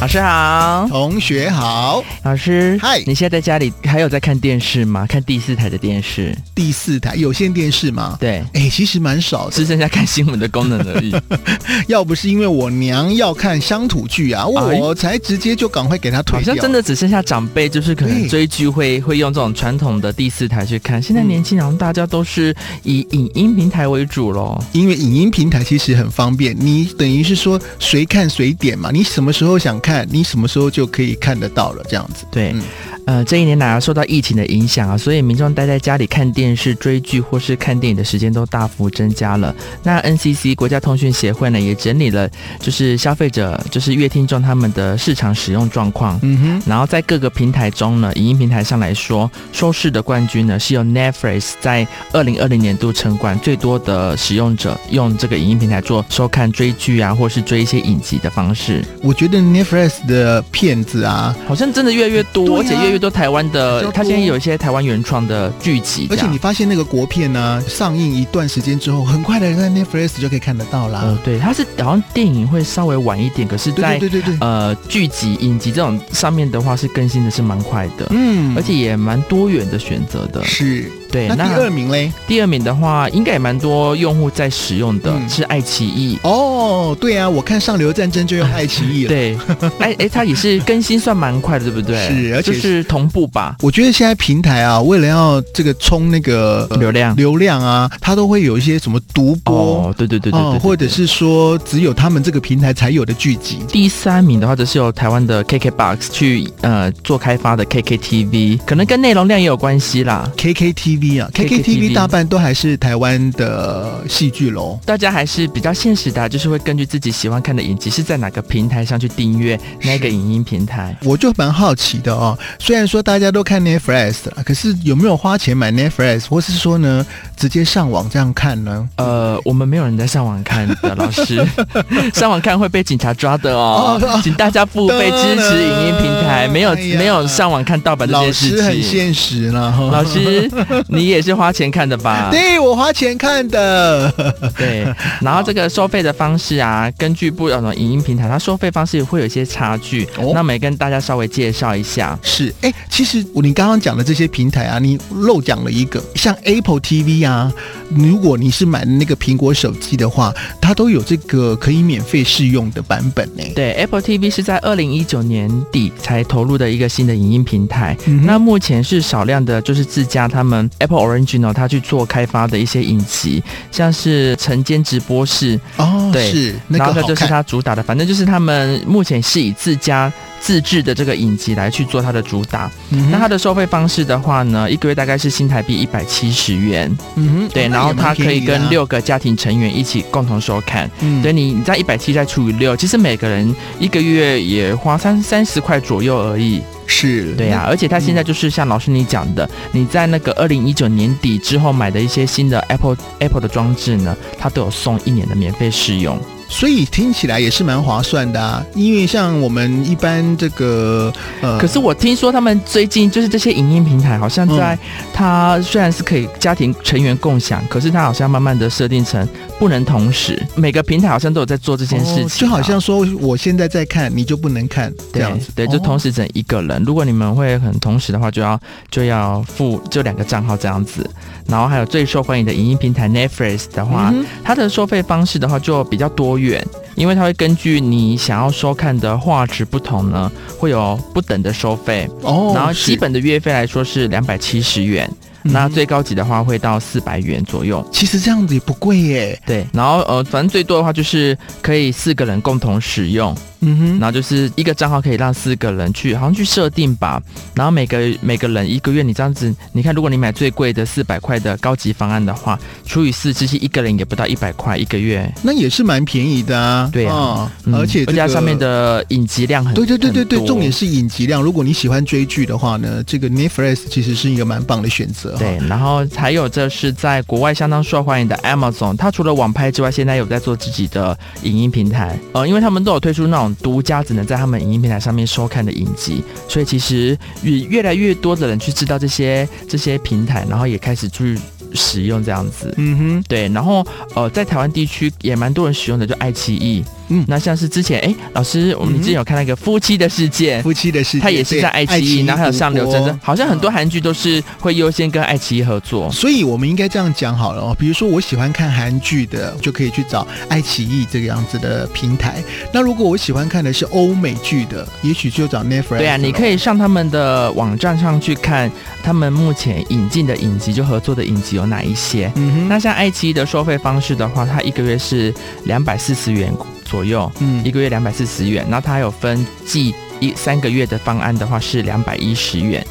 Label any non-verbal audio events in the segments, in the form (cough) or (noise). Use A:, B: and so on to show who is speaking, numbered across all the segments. A: 老师好，
B: 同学好，
A: 老师，
B: 嗨
A: 你现在在家里还有在看电视吗？看第四台的电视？
B: 第四台有线电视吗？
A: 对，
B: 哎，其实蛮少的，
A: 只剩下看新闻的功能
B: (laughs)
A: 而已。
B: 要不是因为我娘要看乡土剧啊，
A: 哎
B: 我才直接就赶快给她
A: 好
B: 推掉。
A: 像真的只剩下长辈，就是可能
B: 对
A: 追剧会会用这种传统的第四台去看。现在
B: 嗯
A: 年轻人好像大家都是以影音平台为主喽。
B: 因为影音平台其实很方便，你等于是说随看随点嘛，你什么时候想看，你什么时候就可以看得到了，这样子。
A: 对，
B: 嗯
A: 呃，这一年来啊，受到疫情的影响啊，所以民众待在家里看电视、追剧或是看电影的时间都大幅增加了。那 NCC 国家通讯协会呢，也整理了就是消费者就是乐听众他们的市场使用状况。
B: 嗯哼，
A: 然后在各个平台中呢，影音平台上来说，收视的冠军呢是由 Netflix 在二零二零年度城管最多的使用者用这个影音平台做收看追剧啊，或是追一些影集的方式，
B: 我觉得 Netflix 的片子啊，
A: 好像真的越来越多，
B: 对啊
A: 而且越来越多台湾
B: 比较
A: 的，
B: 多
A: 它现在有一些台湾原创的剧集啊这
B: 而
A: 样，
B: 且你发现那个国片呢、啊上映一段时间之后，很快的在 Netflix 就可以看得到啦。
A: 呃，对，它是好像电影会稍微晚一点，可是在
B: 对对对对对，
A: 呃剧集、影集这种上面的话，是更新的是蛮快的。
B: 嗯，
A: 而且也蛮多元的选择的，
B: 是
A: 对。
B: 那
A: 那
B: 第二名嘞？
A: 第二名的话，应该也蛮多用户在使用的，
B: 嗯
A: 是爱奇艺。
B: 哦，对啊，我看《上流战争》就用爱奇艺了。
A: 对，哎哎，它也是更新算蛮快的，对不对？
B: 是而
A: 就
B: 且
A: 是是同步吧。
B: 我觉得现在平台啊，为了要这个冲那个、呃
A: 流量
B: 流量啊，它都会有一些什么独播。
A: 哦，对对对对对
B: 哦
A: 对，
B: 或者是说只有他们这个平台才有的剧集，
A: 第三名的话，就是由台湾的 KKBOX 去呃做开发的 KKTV，可能跟内容量也有关系啦。
B: KKTV 啊
A: KKTV
B: 大半都还是台湾的戏剧楼。
A: 大家还是比较现实的啊、就是会根据自己喜欢看的影集是在哪个平台上去订阅那个
B: 是
A: 影音平台。
B: 我就蛮好奇的哦，虽然说大家都看 Netflix 啦，可是有没有花钱买 Netflix，或是说呢直接上网这样看呢？
A: 呃，我们没有人在上网看的，老
B: (laughs)
A: 师，上网看会被警察抓的哦，
B: 哦
A: 请大家付费支持影音平台，没有、
B: 哎呀
A: 没有上网看盗版这
B: 老
A: 件事
B: 师很
A: 情。
B: 现实了哈。
A: 老师，你也是花钱看的吧？
B: 对我花钱看的，
A: 对然后这个收费的方式啊，根据不同的影音平台，它收费方式会有一些差距。
B: 哦
A: 那我们也跟大家稍微介绍一下。
B: (laughs) 是哎，其实我你刚刚讲的这些平台啊，你漏讲了一个，像 Apple TV 啊，如果你是买那个苹果手机的话，它都有这个可以免费试用的版本呢。
A: 对，Apple TV 是在二零一九年底才投入的一个新的影音平台。
B: 嗯哼
A: 那目前是少量的，就是自家他们 Apple Original 它去做开发的一些影集，像是晨间直播室，
B: 哦，
A: 对
B: 是那
A: 然后
B: 个
A: 这
B: 好
A: 就是
B: 看。
A: 它主打的，反正就是他们目前是以自家自制的这个影集来去做它的主打。
B: 嗯哼
A: 那它的收费方式的话呢，一个月大概是新台币一百七十元，
B: 嗯哼
A: 对，
B: 那
A: 然后
B: 也蛮
A: 它可以
B: 便宜的
A: 跟
B: 啊
A: 六个家庭成员一起共同收看。
B: 嗯
A: 对你，你在一百七再除以六，其实每个人一个月也花三三十块左右而已。
B: 是
A: 对呀、啊而且它现在就是像老师你讲的，你在那个二零一九年底之后买的一些新的 Apple Apple 的装置呢，它都有送一年的免费试用。
B: 所以听起来也是蛮划算的啊，因为像我们一般这个呃，
A: 可是我听说他们最近就是这些影音平台，好像
B: 嗯
A: 在它虽然是可以家庭成员共享，可是它好像慢慢的设定成不能同时，每个平台好像都有在做这件事情啊、
B: 哦就好像说我现在在看，你就不能看这
A: 对
B: 样子，哦
A: 对，就同时只能一个人。如果你们会很同时的话，就要就要付就两个账号这样子。然后还有最受欢迎的影音平台 Netflix 的话，
B: 嗯哼
A: 它的收费方式的话就比较多元，因为它会根据你想要收看的画质不同呢，会有不等的收费。
B: 哦，
A: 然后
B: 是
A: 基本的月费来说是两百七十元，
B: 嗯
A: 那最高级的话会到四百元左右。
B: 其实这样子也不贵耶，
A: 对，然后呃，反正最多的话就是可以四个人共同使用，
B: 嗯
A: 然后就是一个账号可以让四个人去，好像去设定吧。然后每个每个人一个月，你这样子，你看，如果你买最贵的四百块的高级方案的话，除以四，其实一个人也不到一百块一个月。
B: 那也是蛮便宜的啊，
A: 对啊
B: 哦
A: 嗯
B: 而且
A: 而且它
B: 这个
A: 上面。的影集量很
B: 对对对对对，
A: 很多
B: 重点是影集量。如果你喜欢追剧的话呢，这个 Netflix 其实是一个蛮棒的选 (laughs) 择。
A: 对，，然后还有这是在国外相当受欢迎的 Amazon，它除了网拍之外，现在有在做自己的影音平台，呃，因为他们都有推出那种独家只能在他们影音平台上面收看的影集，所以其实越越来越多的人去知道这些这些平台，然后也开始去使用这样子。
B: 嗯哼，
A: 对，然后呃，在台湾地区也蛮多人使用的，就爱奇艺。
B: 嗯
A: 那像是之前，哎，老师，我们
B: 嗯
A: 之前有看那个《夫妻的世界》
B: 夫妻的世界，
A: 它也是
B: 对
A: 在爱奇艺，然后嗯还有上流真真，好像很。
B: 独
A: 多
B: 播
A: 韩剧都是会优先跟爱奇艺合作。
B: 所以我们应该这样讲好了哦，比如说我喜欢看韩剧的，就可以去找爱奇艺这个样子的平台。那如果我喜欢看的是欧美剧的，也许就找 Netflix 咯。
A: 对啊，你可
B: 以
A: 以上他们的网站上去看他们目前引进的影集，就合作的影集有哪一些。
B: 嗯哼，
A: 那像爱奇艺的收费方式的话，它一个月是两百四十元左右，
B: 嗯
A: 一个月两百四十元，然后它还有分季一三个月的方案的话是两百一十元，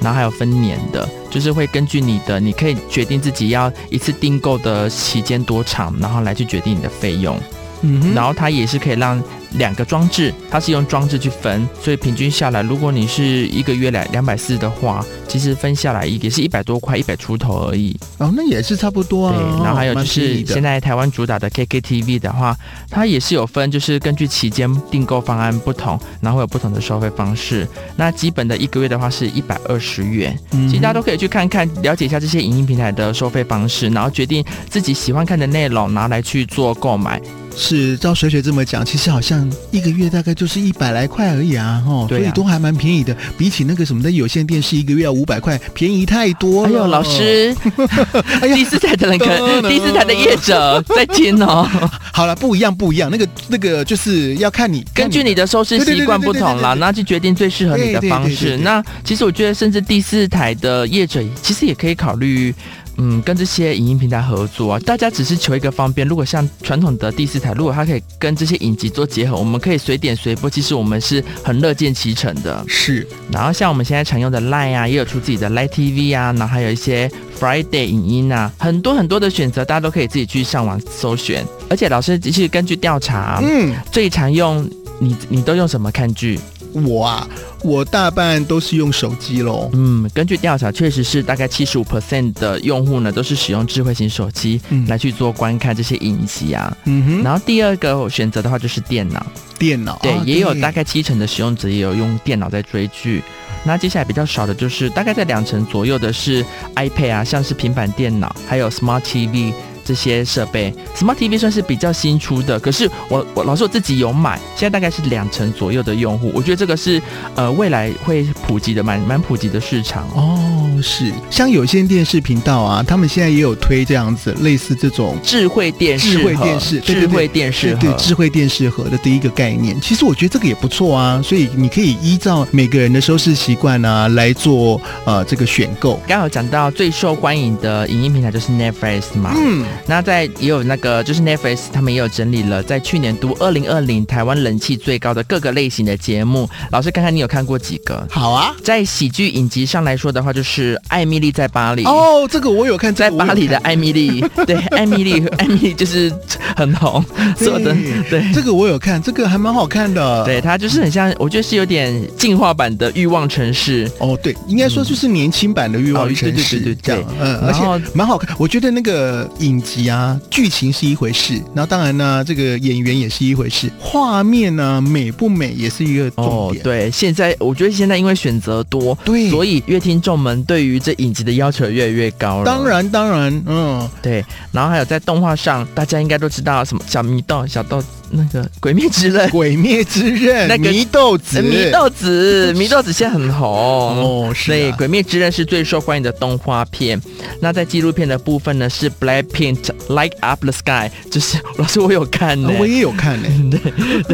A: 然后还有分年的，就是会根据你的，你可以决定自己要一次订购的期间多长，然后来去决定你的费用。
B: 嗯哼，
A: 然后它也是可以让两个装置，它是用装置去分，所以平均下来，如果你是一个月两两百四的话，其实分下来也是一百多块，一百出头而已。
B: 哦，那也是差不多
A: 对
B: 啊。，
A: 然后还有就
B: 蛮便宜
A: 是
B: 的
A: 现在台湾主打的 KKTV 的话，它也是有分，就是根据期间订购方案不同，然后会有不同的收费方式。那基本的一个月的话是一百二十元，
B: 嗯
A: 其实大家
B: 哼
A: 都可以去看看，了解一下这些影音平台的收费方式，然后决定自己喜欢看的内容，拿来去做购买。
B: 是照水水这么讲，其实好像一个月大概就是一百来块而已啊，哦，
A: 对啊
B: 所以都还蛮便宜的。比起那个什么的有线电视一个月要五百块，便宜太多
A: 哎
B: 了。
A: 呦，老，
B: (laughs)
A: 师， (laughs)
B: 哎呀
A: 第四台的人可
B: (laughs)
A: 能，
B: 噔
A: 第四台的业者在听哦。
B: 好了，不一样不一样，那个那个就是要看你
A: 根据你的收视习惯不同啦，
B: 对对对对对对对
A: 那就决定最适合你的方
B: 对对对对
A: 式。
B: 对
A: 那其实我觉得，甚至第四台的业者其实也可以考虑。嗯，跟这些影音平台合作啊，大家只是求一个方便。如果像传统的第四台，如果它可以跟这些影集做结合，我们可以随点随播，其实我们是很乐见其成的。
B: 是
A: 然后像我们现在常用的 Line 啊，也有出自己的 Line TV 啊，然后还有一些 Friday 影音啊，很多很多的选择，大家都可以自己去上网搜寻。而且老师其实根据调查，啊
B: 嗯，
A: 最常用你你都用什么看剧？
B: 我啊，我大半都是用手机喽。
A: 嗯，根据调查，确实是大概七十五 percent 的用户呢，都是使用智慧型手机
B: 嗯
A: 来去做观看这些影集啊。
B: 嗯哼，
A: 然后第二个选择的话就是电脑，
B: 电脑
A: 对，
B: 啊
A: 也有大概七成的使用者也有用电脑在追剧。那接下来比较少的就是大概在两成左右的是 iPad 啊，像是平板电脑，还有 Smart TV 这些设备。Smart TV 算是比较新出的，可是我我老师我自己有买，现在大概是两成左右的用户。我觉得这个是呃未来会普及的，蛮蛮普及的市场哦。
B: 哦，是像有线电视频道啊，他们现在也有推这样子类似这种
A: 智慧电视盒，
B: 智慧电视对对对
A: 智慧电视
B: 是
A: 盒，
B: 对智慧电视盒的第一个概念。其实我觉得这个也不错啊，所以你可以依照每个人的收视习惯啊来做呃这个选购。
A: 刚刚有讲到最受欢迎的影音平台就是 Netflix 嘛，
B: 嗯，
A: 那在也有那个就是 Netflix 他们也有整理了，在去年度二零二零台湾人气最高的各个类型的节目。老师，看看你有看过几个？
B: 好啊。
A: 在喜剧影集上来说的话，就是《艾米丽在巴黎》。
B: 哦，这个我有看，
A: 在
B: 这个我有
A: 巴黎的
B: 看
A: 艾米丽， (laughs) 对，艾米丽，艾米丽就是很红，所有的对
B: 这个我有看，这个还蛮好看的。，
A: 对，它就是很像，我觉得是有点进化版的《欲望城市》。
B: 哦对，应该说就是年轻版的《欲
A: 哦
B: 望
A: 对对
B: 城市》
A: 对对对
B: 这样，嗯，而
A: 然
B: 且
A: 后
B: 蛮好看。我觉得那个影集啊，剧情是一回事，然后当然呢，这个演员也是一回事，画面呢、美不美也是一个重
A: 哦，
B: 点。嗯
A: 对，现在我觉得现在因为选择多，
B: 对
A: 所以乐听众们对于这影集的要求越来越高了。
B: 当然当然，嗯，
A: 对，然后还有在动画上，大家应该都知道什么小迷豆、小豆那个《鬼灭之刃
B: 《 (laughs) 鬼灭之刃》
A: 那个
B: 祢豆》子，
A: 迷豆
B: (laughs)
A: 子，迷豆子现在很红。
B: 哦，是
A: 所以
B: 啊、
A: 《鬼灭之刃》是最受欢迎的动画片。那在纪录片的部分呢，是《Blackpink Light Up the Sky》，就是老师我有看呢、
B: (laughs) 啊我也有看呢、
A: (laughs)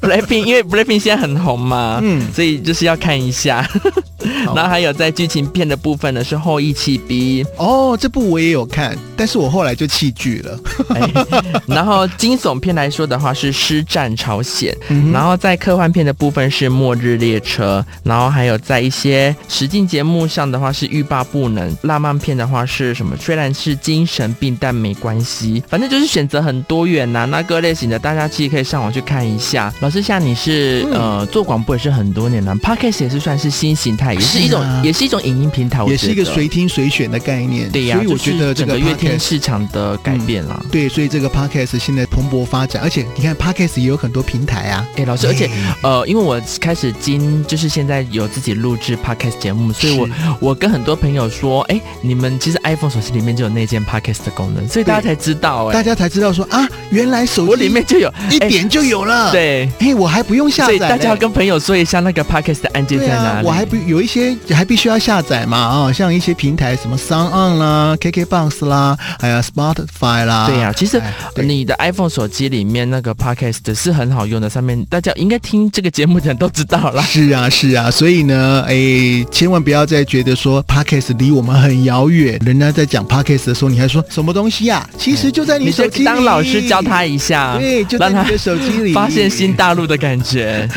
A: Blackpink，因为 Blackpink 现在很红嘛，
B: 嗯
A: 所以就是要看一下。 (laughs) 然后还有在剧情片的部分呢，是后羿弃兵，
B: 哦，这部我也有看，但是我后来就弃剧了。
A: 哎 (laughs) 然后惊悚片来说的话是《师战朝鲜》
B: 嗯
A: 然后在科幻片的部分是《末日列车》，然后还有在一些实境节目上的话是《欲罢不能》，浪漫片的话是什么？虽然是精神病，但没关系，反正就是选择很多元呐、那各类型的大家其实可以上网去看一下。老师，像你是、
B: 嗯
A: 呃做广播也是很多年了 p o d c a s t 也是算是新形态台，也是一种，
B: 是啊
A: 也是一种影音平哦台，我
B: 也是一个
A: 觉得
B: 随听随选的概念。
A: 对呀、
B: 所以我
A: 就是
B: 觉得这
A: 整
B: 个
A: 个乐
B: podcast 嗯
A: 听市场的改变啦。
B: 对，所以这个 podcast 现在蓬勃发展，而且你看 podcast 也有很多平台啊。
A: 哎、老师，而且
B: 哎
A: 呃，因为我开始经就是现在有自己录制 podcast 节目，所以我哎
B: 是
A: 我跟很多朋友说，哎、你们其实 iPhone 手机里面就有内建 podcast 的功能，所以大家才知道、哎，
B: 大家才知道说啊，原来手机
A: 我里面就有，
B: 一点就有了。，
A: 对，
B: 嘿，我还不用下
A: 所
B: 载
A: 以
B: 嘞。
A: 大家要跟朋友说一下那个 podcast 的按键在
B: 对
A: 哪
B: 啊，
A: 里。
B: 我还不有一些还必须要下载嘛啊、像一些平台什么 Sound On 啦、KKBox 啦，还有 Spotify 啦。
A: 对啊呀、其实
B: 哎对
A: 你的 iPhone 手机里面那个 podcast 是很好用的，上面大家应该听这个节目的人都知道啦。
B: 是啊，是啊，所以呢，哎，千万不要再觉得说 podcast 离我们很遥远。人家在讲 podcast 的时候，你还说什么东西呀、其实就在
A: 你
B: 手
A: 就
B: 机里。
A: 当老师教他一下，
B: 对，就在
A: 让他
B: 你的手机里
A: 发现新大陆的感觉。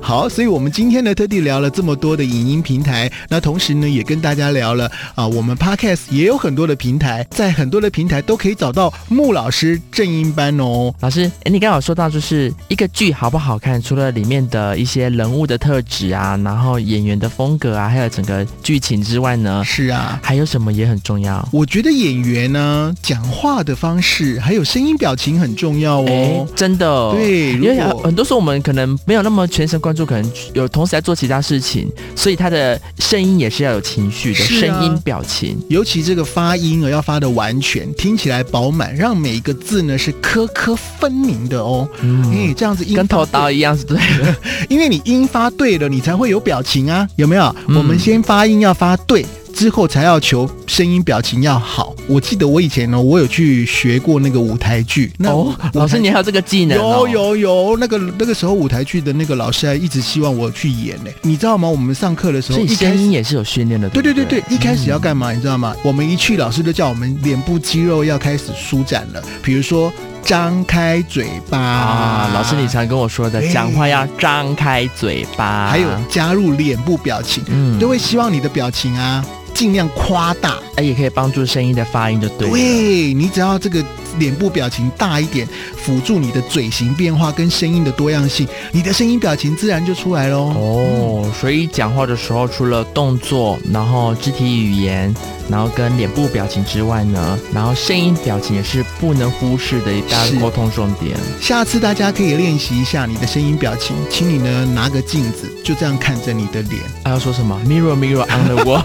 B: 好，所以我们今天呢特地聊了这么多的影音平台，那同时呢也跟大家聊了啊，我们 Podcast 也有很多的平台，在很多的平台都可以找到穆老师正音班哦。
A: 老师，诶你刚刚有说到，就是一个剧好不好看，除了里面的一些人物的特质啊，然后演员的风格啊，还有整个剧情之外呢，
B: 是啊。
A: 还有什么也很重要。
B: 我觉得演员呢，讲话的方式还有声音表情很重要
A: 哎
B: 哦。，
A: 真的，
B: 对
A: 因为啊哦
B: 如果
A: 很多时候我们可能没有那么全神贯注，可能有同时在做其他事情，所以他的声音也是要有情绪的，
B: 是啊
A: 声音表情。
B: 尤其这个发音啊，要发的完全，听起来饱满，让每一个字呢是颗颗分明的哦。
A: 嗯，
B: 哎，这样子音
A: 跟
B: 发
A: 头刀一样是对的。
B: 因为你音发对了，你才会有表情啊，有没有？
A: 嗯
B: 我们先发音要发对，之后才要求声音表情要好。我记得我以前哦呢，我有去学过那个舞台剧。那
A: 哦，老师，你还有这个技能、哦？
B: 有有有，那个那个时候舞台剧的那个老师还一直希望我去演呢、你知道吗？我们上课的时候
A: 所以
B: 一开
A: 声
B: 始
A: 音。嗯也是有训练的。
B: 对对
A: 对
B: 对
A: 不
B: 对，一开始要干嘛？你知道吗？我们一去，老师就叫我们脸部肌肉要开始舒展了，比如说张开嘴巴
A: 啊，老师，你常跟我说的，
B: 哎
A: 讲话要张开嘴巴，
B: 还有加入脸部表情，
A: 嗯，
B: 都会希望你的表情啊尽量夸大。
A: 哎，也可以帮助声音的发音，就对了。啊
B: 你只要这个脸部表情大一点，辅助你的嘴型变化跟声音的多样性，你的声音表情自然就出来喽。
A: 哦，所以讲话的时候，除了动作，然后肢体语言，然后跟脸部表情之外呢，然后声音表情也是不能忽视的一大
B: 是
A: 沟通重点。
B: 下次大家可以练习一下你的声音表情，请你呢拿个镜子，就这样看着你的脸。
A: (laughs) 还要说什么？Mirror, mirror on the wall。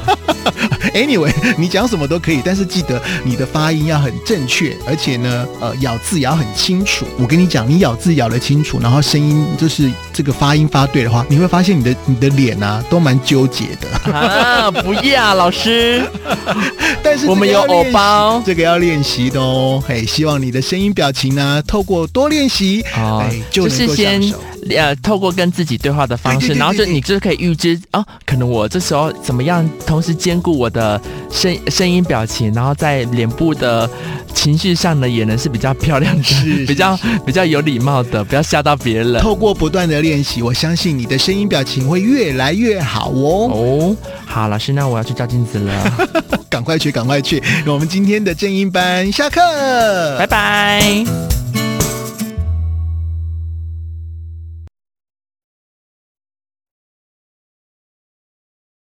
B: Anyway，你 (laughs) 讲什么都可以，但是记得你的发音要很正确，而且呢，呃，咬字也要很清楚。我跟你讲，你咬字咬得清楚，然后声音就是这个发音发对的话，你会发现你的你的脸啊都蛮纠结的。
A: (laughs)
B: (laughs)
A: 啊，不要，老 (laughs) 师，
B: 但是
A: 我们有
B: 这个要
A: 偶
B: 练习，
A: 包。
B: 这个要练习的哦。嘿，希望你的声音表情呢、透过多练习，
A: 哦
B: 哎，就能
A: 是
B: 够享
A: 先
B: 受。
A: 呃，透过跟自己对话的方式，
B: 对对对
A: 然后就
B: 对对
A: 你就是可以预知哦，可能我这时候怎么样，同时兼顾我的声声音表情，然后在脸部的情绪上呢，也能是比较漂亮的， (laughs)
B: 是是
A: 比较比较有礼貌的，不要吓到别人。
B: 透过不断的练习，我相信你的声音表情会越来越好哦
A: 哦，好，老师，那我要去照镜子
B: (laughs)
A: 了，
B: 赶快去，赶快去！我们今天的正音班下课，
A: 拜拜。